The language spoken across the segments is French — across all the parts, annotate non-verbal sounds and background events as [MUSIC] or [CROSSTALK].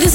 this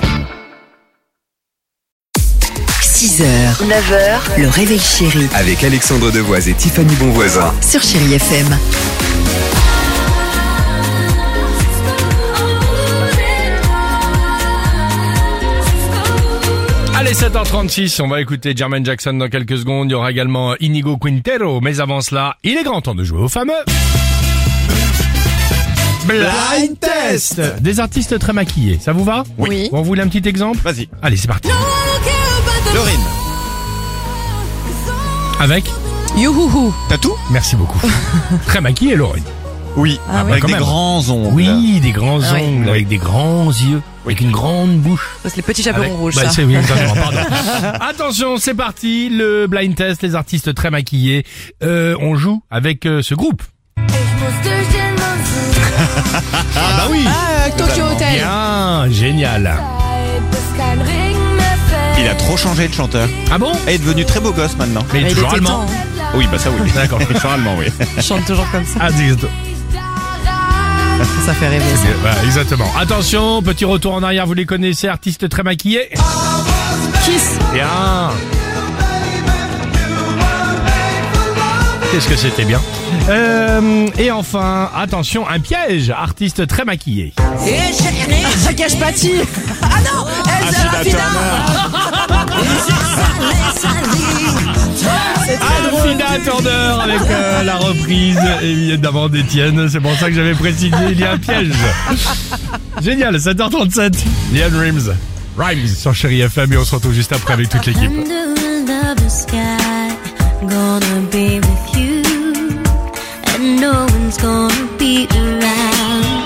6h, 9h, le réveil chéri avec Alexandre Devoise et Tiffany Bonvoisin. sur Chérie FM. Allez, 7h36, on va écouter Jermaine Jackson dans quelques secondes. Il y aura également euh, Inigo Quintero. Mais avant cela, il est grand temps de jouer au fameux... Blind Test Des artistes très maquillés, ça vous va Oui. On voulait un petit exemple Vas-y. Allez, c'est parti. Lorine, Avec Youhouhou. t'as tout Merci beaucoup. très maquillée, Laurine. Oui. Ah oui. Avec Quand des même. grands ongles. Oui, des grands ongles, oui. avec des grands yeux, avec une grande bouche. C'est le petit chaperon Avec- rouge, Bah, ça. c'est- oui, [LAUGHS] exactement, pardon. Attention, c'est parti, le blind test, les artistes très maquillés. Euh, on joue avec euh, ce groupe. Ah bah oui Ah, Tokyo Hotel. Bien, génial. Il a trop changé de chanteur. Ah bon Et est devenu très beau gosse maintenant. Mais, toujours allemand. hein. Oui, bah ça oui. D'accord. Toujours allemand, oui. Je chante toujours comme ça. Ah, dis- Ça fait rêver. ça. Bah, exactement. Attention, petit retour en arrière, vous les connaissez, artistes très maquillés. Kiss. Bien. Qu'est-ce que c'était bien. Euh, et enfin, attention, un piège, artiste très maquillé. Ça cache Patti. Ah non, Elsa Rafina. Alfina Turner avec euh, la reprise évidemment d'Étienne. C'est pour ça que j'avais précisé, il y a un piège. Génial, 7h37. Liam Rims. Rhymes sur Chéri FM et on se retrouve juste après avec toute l'équipe. Gonna be with you, and no one's gonna be [LAUGHS] around.